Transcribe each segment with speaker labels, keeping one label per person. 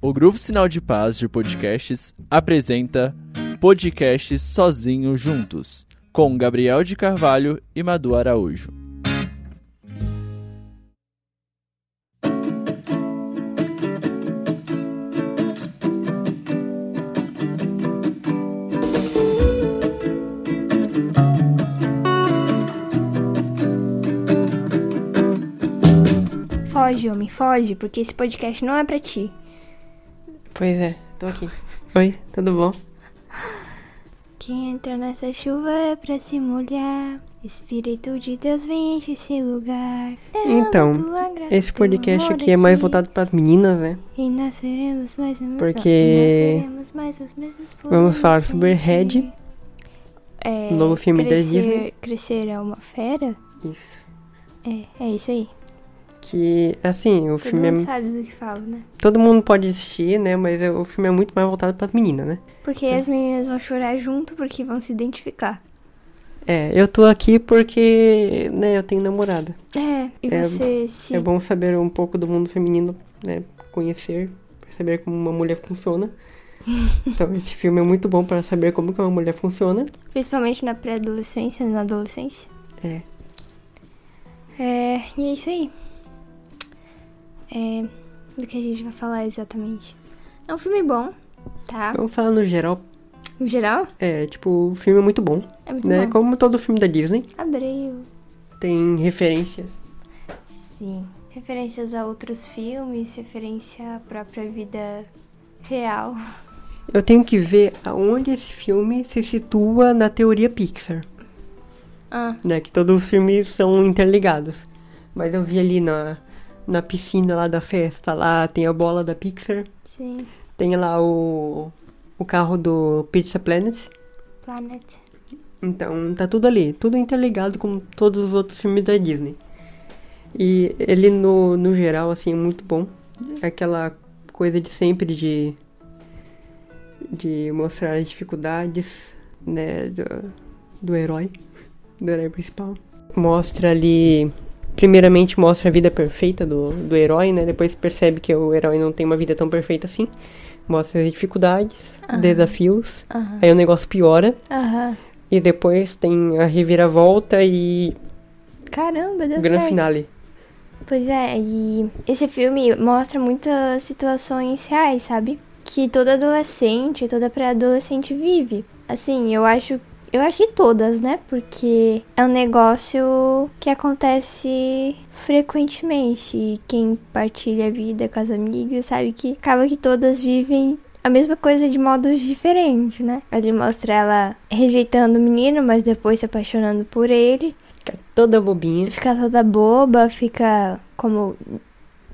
Speaker 1: O Grupo Sinal de Paz de Podcasts apresenta Podcasts Sozinho Juntos, com Gabriel de Carvalho e Madu Araújo.
Speaker 2: Foge, homem, foge, porque esse podcast não é pra ti.
Speaker 3: Pois é, tô aqui. Oi, tudo bom?
Speaker 2: Quem entra nessa chuva é pra se molhar. Espírito de Deus vem enche esse lugar. Derrama
Speaker 3: Então,
Speaker 2: tua graça,
Speaker 3: Esse
Speaker 2: teu
Speaker 3: podcast
Speaker 2: amor
Speaker 3: aqui é mais
Speaker 2: ti.
Speaker 3: voltado pras meninas, né?
Speaker 2: E nós seremos mais um-
Speaker 3: Porque-
Speaker 2: e nós seremos mais os mesmos um
Speaker 3: Vamos falar
Speaker 2: poderes
Speaker 3: sobre
Speaker 2: em ti.
Speaker 3: Red,
Speaker 2: É,
Speaker 3: novo filme da
Speaker 2: crescer,
Speaker 3: Disney.
Speaker 2: Crescer é uma fera?
Speaker 3: Isso.
Speaker 2: É, é isso aí.
Speaker 3: Que, assim, o
Speaker 2: Todo
Speaker 3: filme
Speaker 2: mundo
Speaker 3: é.
Speaker 2: sabe do que falo, né?
Speaker 3: Todo mundo pode assistir, né? Mas é- o filme é muito mais voltado pras meninas, né?
Speaker 2: Porque as meninas vão chorar junto porque vão se identificar.
Speaker 3: É, eu tô aqui porque, né, eu tenho namorada.
Speaker 2: É, e
Speaker 3: É,
Speaker 2: você se
Speaker 3: É bom saber um pouco do mundo feminino, né? Conhecer, saber como uma mulher funciona. Então, esse filme é muito bom pra saber como que uma mulher funciona.
Speaker 2: Principalmente na pré-adolescência, na adolescência.
Speaker 3: É.
Speaker 2: É, e é isso aí. É, do que a gente vai falar exatamente. É um filme bom, tá?
Speaker 3: Vamos falar no Então, geral.
Speaker 2: No geral,
Speaker 3: É, tipo, o filme é muito bom,
Speaker 2: é muito
Speaker 3: né?
Speaker 2: bom.
Speaker 3: Como todo filme da Disney,
Speaker 2: Abreu.
Speaker 3: tem referências
Speaker 2: Sim. Referências a outros filmes, referência à própria vida real.
Speaker 3: Eu tenho que ver aonde esse filme se situa na teoria Pixar,
Speaker 2: Ah,
Speaker 3: né? Que todos os filmes são interligados. Mas eu vi ali na, na piscina lá da festa, lá tem a bola da Pixar,
Speaker 2: sim.
Speaker 3: tem lá o, o carro do Pizza Planet.
Speaker 2: Planet.
Speaker 3: Então tá tudo ali, tudo interligado com todos os outros filmes da Disney. E ele no, no geral, assim, é muito bom. É Aquela coisa de sempre de, de mostrar as dificuldades, né, do, do herói, do herói principal. Mostra ali, primeiramente mostra a vida perfeita do, do herói, né, depois percebe que o herói não tem uma vida tão perfeita assim. Mostra as dificuldades,
Speaker 2: Aham.
Speaker 3: desafios,
Speaker 2: Aham.
Speaker 3: aí o negócio piora.
Speaker 2: Aham.
Speaker 3: E depois tem a reviravolta e
Speaker 2: Caramba, deu
Speaker 3: o grande
Speaker 2: certo.
Speaker 3: finale.
Speaker 2: Pois é, e esse filme mostra muitas situações reais, sabe? Que toda adolescente, toda pré-adolescente vive. Assim, eu acho, eu acho que todas, né? Porque é um negócio que acontece frequentemente. E quem partilha a vida com as amigas sabe que acaba que todas vivem a mesma coisa de modos diferentes, né? Ele mostra ela rejeitando o menino, mas depois se apaixonando por ele.
Speaker 3: Fica toda bobinha.
Speaker 2: Fica toda boba, fica como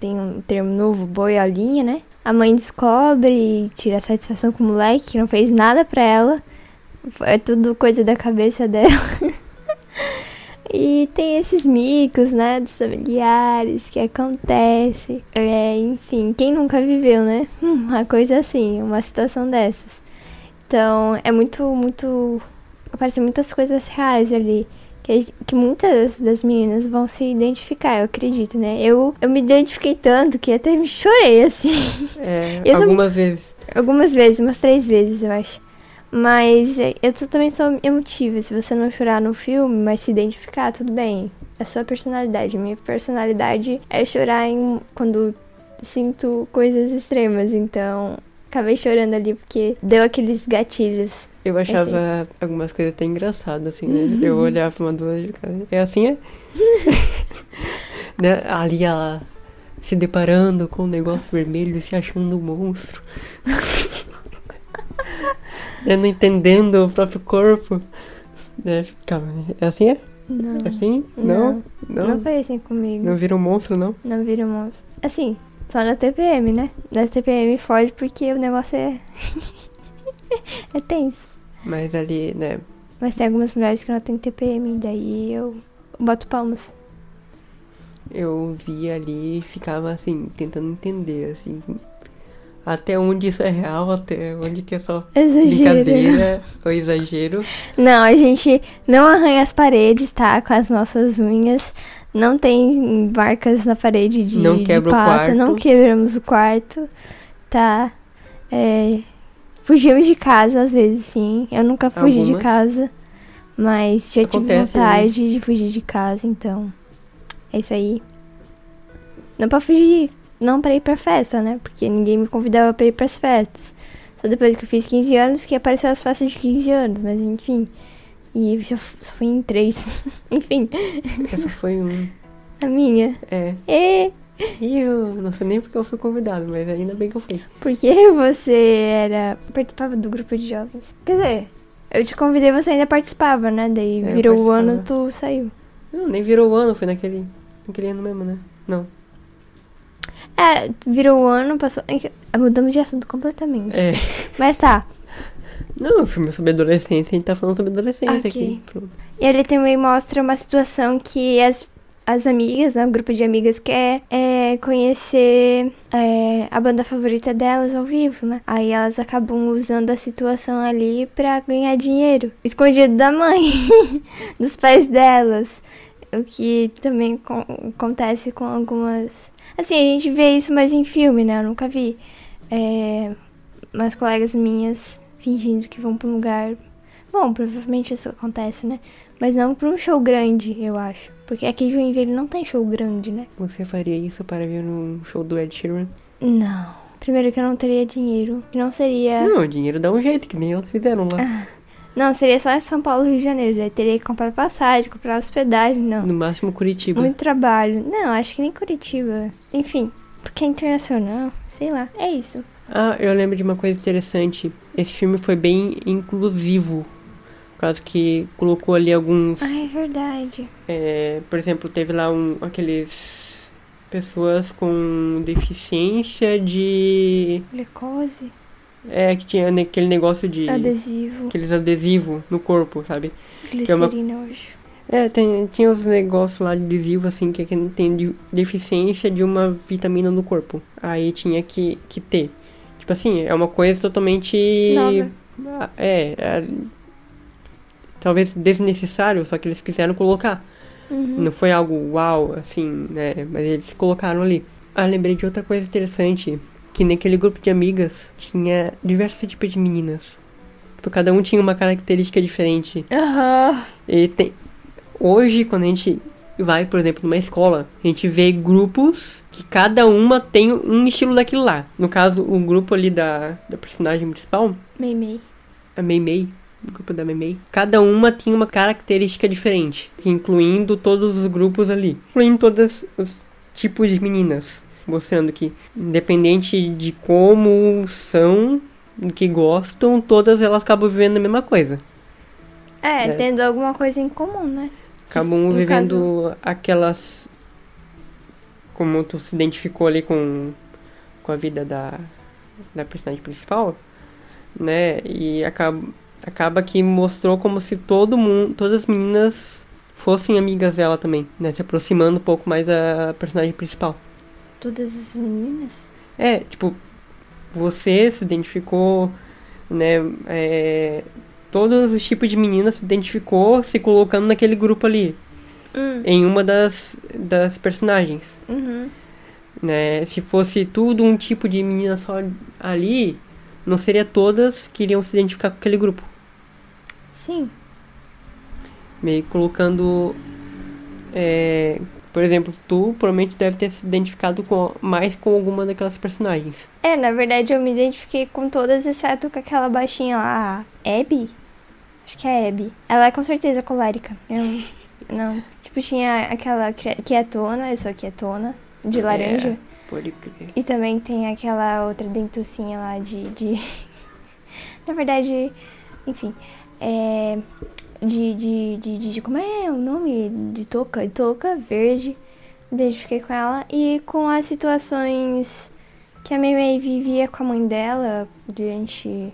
Speaker 2: tem um termo novo, boiolinha, né? A mãe descobre e tira a satisfação com o moleque que não fez nada pra ela. É tudo coisa da cabeça dela. e tem esses micos, né, dos familiares que acontece. É, enfim, quem nunca viveu, né? Hum, Uma coisa assim, uma situação dessas. Então, é muito, muito... Aparecem muitas coisas reais ali que, que muitas das meninas vão se identificar, eu acredito, né? Eu, eu me identifiquei tanto que até me chorei, assim,
Speaker 3: É,
Speaker 2: Eu sou-
Speaker 3: algumas vezes.
Speaker 2: algumas vezes, umas três vezes, eu acho. Mas é, eu sou- também sou emotiva, se você não chorar no filme, mas se identificar, tudo bem. É a sua personalidade. Minha personalidade é chorar em, quando sinto coisas extremas, então acabei chorando ali porque deu aqueles gatilhos.
Speaker 3: Eu achava algumas coisas até engraçadas, assim, né? Eu olhava pra uma dona de cara. É assim, é? Né? Ali ela se deparando com o negócio vermelho, se achando um monstro. né? Não entendendo o próprio corpo. Né? Ficava, é assim, é?
Speaker 2: Não.
Speaker 3: É assim?
Speaker 2: Não,
Speaker 3: Não?
Speaker 2: não,
Speaker 3: Não, não,
Speaker 2: foi assim comigo.
Speaker 3: vira um monstro, não?
Speaker 2: Não vira um monstro. Assim, só na TPM, né? Na TPM foge porque o negócio é. é tenso.
Speaker 3: Mas ali, né?
Speaker 2: Mas tem algumas mulheres que não tem TPM, daí eu boto palmas.
Speaker 3: eu via ali e ficava assim, tentando entender, assim, até onde isso é real, até onde que é só
Speaker 2: Exagero. né?
Speaker 3: brincadeira ou exagero.
Speaker 2: Não, a gente não arranha as paredes, tá? Com as nossas unhas. Não tem marcas na parede de,
Speaker 3: Não
Speaker 2: de
Speaker 3: quebra o
Speaker 2: pata.
Speaker 3: quarto.
Speaker 2: Não quebramos o quarto. tá. É, fugimos de casa às vezes, sim. Eu nunca fugi
Speaker 3: Algumas.
Speaker 2: de casa, mas já tive
Speaker 3: Acontece, né?
Speaker 2: vontade de fugir de casa, então. É isso aí. Não pra fugir, não pra ir pra festa, né? Porque ninguém me convidava pra ir pras festas. Só depois que eu fiz 15 anos que apareceu as festas de 15 anos, mas enfim. E eu já f- só fui em três. enfim,
Speaker 3: Essa foi um.
Speaker 2: a minha.
Speaker 3: É.
Speaker 2: E
Speaker 3: E eu não sei nem porque eu fui convidado, mas ainda bem que eu fui.
Speaker 2: Porque você era. participava do grupo de jovens. Quer dizer, eu te convidei você ainda participava, né? Daí
Speaker 3: É, eu
Speaker 2: virou o ano,
Speaker 3: participava.
Speaker 2: tu saiu.
Speaker 3: Não, nem virou o ano, foi naquele. Naquele ano mesmo, né? Não.
Speaker 2: É, virou o ano, passou. Ih, Mudamos de assunto completamente.
Speaker 3: É.
Speaker 2: Mas tá.
Speaker 3: Não, o filme é sobre adolescência, a gente tá falando sobre adolescência
Speaker 2: Ok.
Speaker 3: aqui. Pronto.
Speaker 2: Ele também mostra uma situação que as, as amigas, né? O grupo de amigas quer é, conhecer é, a banda favorita delas ao vivo, né? Aí elas acabam usando a situação ali pra ganhar dinheiro. Escondido da mãe, dos pais delas. O que também com- acontece com algumas. Assim, a gente vê isso mais em filme, né? Eu nunca vi. É, umas colegas minhas fingindo que vão pra um lugar. Bom, provavelmente isso acontece, né? Mas não pra um show grande, eu acho. Porque aqui em Joinville não tem show grande, né?
Speaker 3: Você faria isso para ver num show do Ed Sheeran?
Speaker 2: Não. Primeiro que eu não teria dinheiro. que Não seria.
Speaker 3: Não, o dinheiro dá um jeito, que nem elas fizeram lá.
Speaker 2: Não, seria só em São Paulo e Rio de Janeiro. Daí teria que comprar passagem, comprar hospedagem, não.
Speaker 3: No máximo Curitiba.
Speaker 2: Muito trabalho. Não, acho que nem Curitiba. Enfim, porque é internacional, sei lá. É isso.
Speaker 3: Ah, eu lembro de uma coisa interessante. Esse filme foi bem inclusivo. Por causa que colocou ali alguns.
Speaker 2: Ah, é verdade.
Speaker 3: é, por exemplo, teve lá um, aqueles. Pessoas com deficiência de.
Speaker 2: Glicose,
Speaker 3: É, que tinha ne- aquele negócio de.
Speaker 2: adesivo,
Speaker 3: Aqueles adesivos no corpo, sabe? é uma-
Speaker 2: glicerina, eu acho.
Speaker 3: É, tem, tinha uns negócios lá de adesivo, assim, que quem tem de- deficiência de uma vitamina no corpo. Aí tinha que, que ter. Tipo assim, é uma coisa totalmente.
Speaker 2: Nova.
Speaker 3: Ah, É, é. Talvez desnecessário, só que eles quiseram colocar.
Speaker 2: Uhum.
Speaker 3: Não foi algo uau, assim, né? Mas eles colocaram ali. Ah, lembrei de outra coisa interessante. Que naquele grupo de amigas tinha diversos tipos de meninas. Tipo, cada um tinha uma característica diferente.
Speaker 2: Aham.
Speaker 3: E tem... Hoje, quando a gente vai, por exemplo, numa escola, a gente vê grupos que cada uma tem um estilo daquilo lá. No caso, o grupo ali da, da personagem principal,
Speaker 2: Mei Meimei.
Speaker 3: a Mei Mei, o grupo da Mei Mei, cada uma tinha uma característica diferente, incluindo todos os grupos ali, incluindo todos os tipos de meninas. Mostrando que, independente de como são, do que gostam, todas elas acabam vivendo a mesma coisa.
Speaker 2: É,
Speaker 3: É.
Speaker 2: tendo alguma coisa em comum, né?
Speaker 3: acabam
Speaker 2: no
Speaker 3: vivendo aquelas como tu se identificou ali com com a vida da da personagem principal né e acaba acaba que mostrou como se todo mundo todas as meninas fossem amigas dela também né se aproximando um pouco mais da personagem principal
Speaker 2: Todas as meninas.
Speaker 3: é tipo você se identificou né é, todos os tipos de meninas se identificou se colocando naquele grupo ali
Speaker 2: Hum.
Speaker 3: em uma das, das personagens.
Speaker 2: Uhum.
Speaker 3: Né? Se fosse tudo um tipo de menina só ali, não seria todas que iriam se identificar com aquele grupo.
Speaker 2: Sim.
Speaker 3: Meio colocando. é, por exemplo, tu provavelmente deve ter se identificado com, mais com alguma daquelas personagens.
Speaker 2: É, na verdade eu me identifiquei com todas, exceto com aquela baixinha lá, a Abby? Acho que é a Abby. Ela é com certeza colérica. Eu não. Tipo, tinha aquela cria- quietona, eu sou quietona, de laranja.
Speaker 3: Pode crer.
Speaker 2: E também tem aquela outra dentucinha lá de. de- Na verdade, enfim. É. De, de, de, de- de- Como é o nome? De touca? Touca verde. Identifiquei com ela. E com as situações que a Mei vivia com a mãe dela diante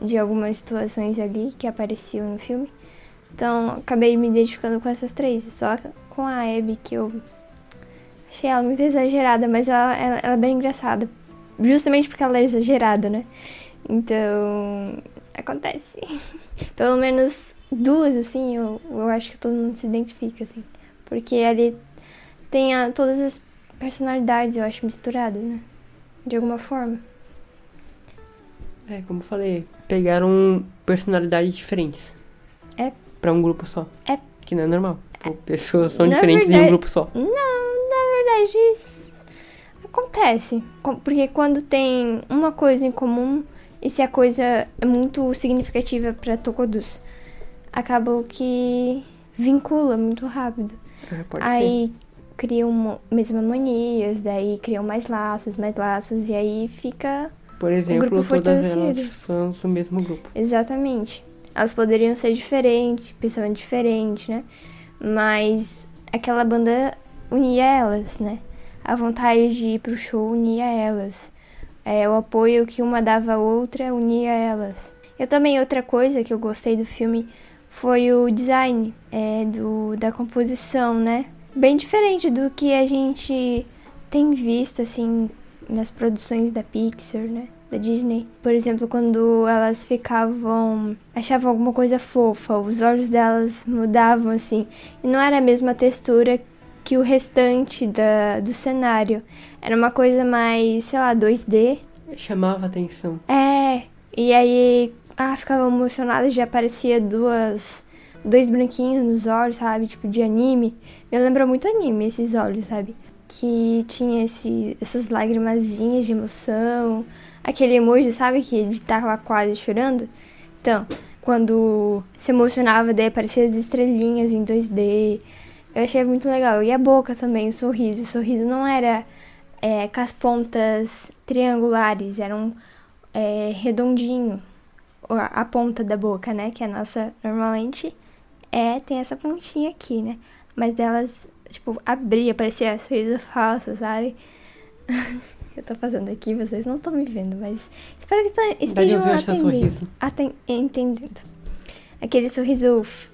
Speaker 2: de algumas situações ali que apareciam no filme. Então, acabei me identificando com essas três. Só com a Abby que eu Achei ela muito exagerada, mas ela, ela, ela é bem engraçada. Justamente porque ela é exagerada, né? Então. Acontece. Pelo menos duas, assim, eu, eu acho que todo mundo se identifica, assim. Porque ali tem a- todas as personalidades, eu acho, misturadas, né? De alguma forma.
Speaker 3: É, como eu falei, pegaram personalidades diferentes.
Speaker 2: É.
Speaker 3: Pra um grupo só.
Speaker 2: É.
Speaker 3: Que não é normal. Pô, pessoas são
Speaker 2: Na
Speaker 3: diferentes em um
Speaker 2: verdade-
Speaker 3: grupo só.
Speaker 2: Não, na verdade isso acontece. Com- Porque quando tem uma coisa em comum e se a coisa é muito significativa pra todos, acaba que vincula muito rápido.
Speaker 3: É, pode ser.
Speaker 2: aí criam mo- mesma manias, daí criam mais laços, mais laços, e aí fica
Speaker 3: Por exemplo,
Speaker 2: grupo
Speaker 3: todas
Speaker 2: fortalecido.
Speaker 3: elas fãs do mesmo grupo.
Speaker 2: exatamente. Elas poderiam ser diferentes, pensamento diferente, né? Mas aquela banda unia elas, né? A vontade de ir pro show unia elas. É, o apoio que uma dava à outra unia elas. Eu também, outra coisa que eu gostei do filme foi o design é, do, da composição, né? Bem diferente do que a gente tem visto, assim, nas produções da Pixar, né? Da Disney. Por exemplo, quando elas ficavam. achavam alguma coisa fofa, os olhos delas mudavam, assim. E não era a mesma textura que o restante da, do cenário. Era uma coisa mais, sei lá, 2D.
Speaker 3: Chamava atenção.
Speaker 2: É, e aí, ah, ficava emocionada, já aparecia duas, dois branquinhos nos olhos, sabe? Tipo, de anime. Me lembra muito anime, esses olhos, sabe? Que tinha esse, essas lagrimazinhas de emoção. Aquele emoji, sabe? Que ele tava quase chorando. Então, quando se emocionava, daí aparecia as estrelinhas em 2D. Eu achei muito legal. E a boca também, o sorriso. O sorriso não era é, com as pontas triangulares, era um é, redondinho. O- A ponta da boca, né? Que a nossa normalmente é, tem essa pontinha aqui, né? Mas delas, tipo, abria, parecia sorriso falso, sabe? Eu tô fazendo aqui, vocês não estão me vendo, mas espero que tá-
Speaker 3: Dá de
Speaker 2: estejam
Speaker 3: ver o seu
Speaker 2: atendendo.
Speaker 3: sorriso.
Speaker 2: Aten- entendendo. tá Aquele sorriso f-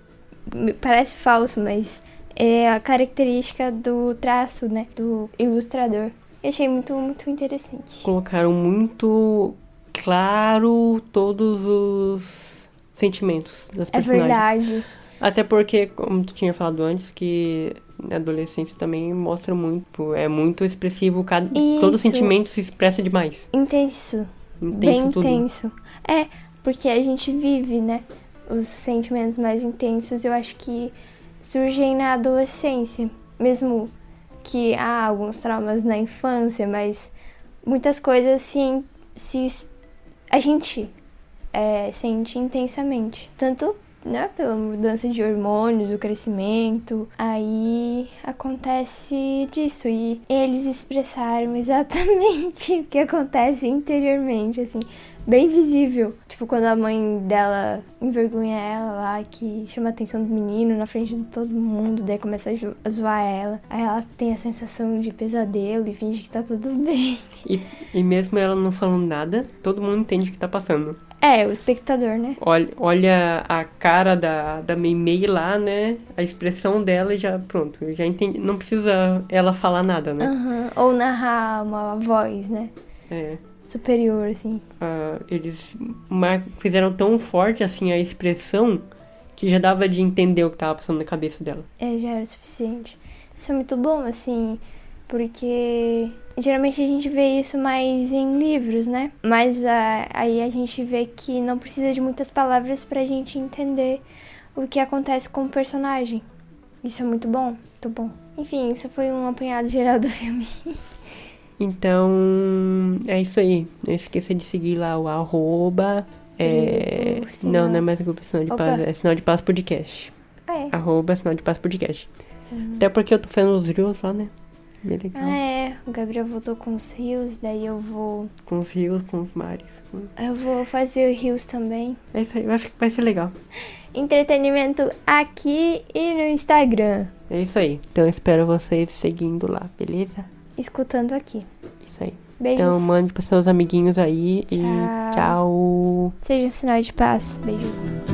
Speaker 2: me parece falso, mas é a característica do traço, né? Do ilustrador. Eu achei muito, muito interessante.
Speaker 3: Colocaram muito claro todos os sentimentos das
Speaker 2: É
Speaker 3: personagens.
Speaker 2: verdade.
Speaker 3: Até porque, como tu tinha falado antes, que na adolescência também mostra muito, é muito expressivo, cada, todo
Speaker 2: Isso.
Speaker 3: sentimento se expressa demais.
Speaker 2: Intenso.
Speaker 3: Intenso
Speaker 2: bem
Speaker 3: tudo.
Speaker 2: intenso. É, porque a gente vive, né? Os sentimentos mais intensos, eu acho que surgem na adolescência. Mesmo que há alguns traumas na infância, mas muitas coisas se, se a gente é, sente intensamente. Tanto né, pela mudança de hormônios, o crescimento, aí acontece disso. E eles expressaram exatamente o que acontece interiormente, assim, bem visível. Tipo, quando a mãe dela envergonha ela lá, que chama a atenção do menino na frente de todo mundo, daí começa a jo- a zoar ela. Aí ela tem a sensação de pesadelo e finge que tá tudo bem.
Speaker 3: E, e mesmo ela não falando nada, todo mundo entende o que tá passando.
Speaker 2: É, o espectador, né?
Speaker 3: Olha, olha a cara da, da Meimei lá, né? A expressão dela e já, pronto, já entendi. Não precisa ela falar nada, né?
Speaker 2: Aham, Ou narrar uma voz, né?
Speaker 3: É,
Speaker 2: Superior, assim.
Speaker 3: ah, eles mar- fizeram tão forte, assim, a expressão que já dava de entender o que tava passando na cabeça dela.
Speaker 2: É, já era o suficiente. Isso é muito bom, assim, porque geralmente a gente vê isso mais em livros, né? Mas ah, aí a gente vê que não precisa de muitas palavras pra gente entender o que acontece com o personagem. Isso é muito bom, muito bom. Enfim, isso foi um apanhado geral do filme.
Speaker 3: Então, é isso aí. Não esqueça de seguir lá o arroba. É...
Speaker 2: Grupo,
Speaker 3: Não,
Speaker 2: sinal.
Speaker 3: não é mais grupo, sinal de
Speaker 2: Opa.
Speaker 3: paz. É sinal de paz podcast.
Speaker 2: É.
Speaker 3: Arroba sinal de paz podcast. Até porque eu tô fazendo os reels lá, né? Bem legal.
Speaker 2: Hum. Ah, é. O Gabriel voltou com os rios, daí eu vou.
Speaker 3: Com os rios, com os mares. com-
Speaker 2: Eu vou fazer rios também.
Speaker 3: É isso aí, vai, fi- vai ser legal.
Speaker 2: Entretenimento aqui e no Instagram.
Speaker 3: É isso aí. Então espero vocês seguindo lá, beleza? É
Speaker 2: Escutando aqui.
Speaker 3: Isso aí.
Speaker 2: Beijos.
Speaker 3: Então mande pros seus amiguinhos aí e
Speaker 2: Tchau.
Speaker 3: tchau.
Speaker 2: Seja um sinal de paz. Beijos.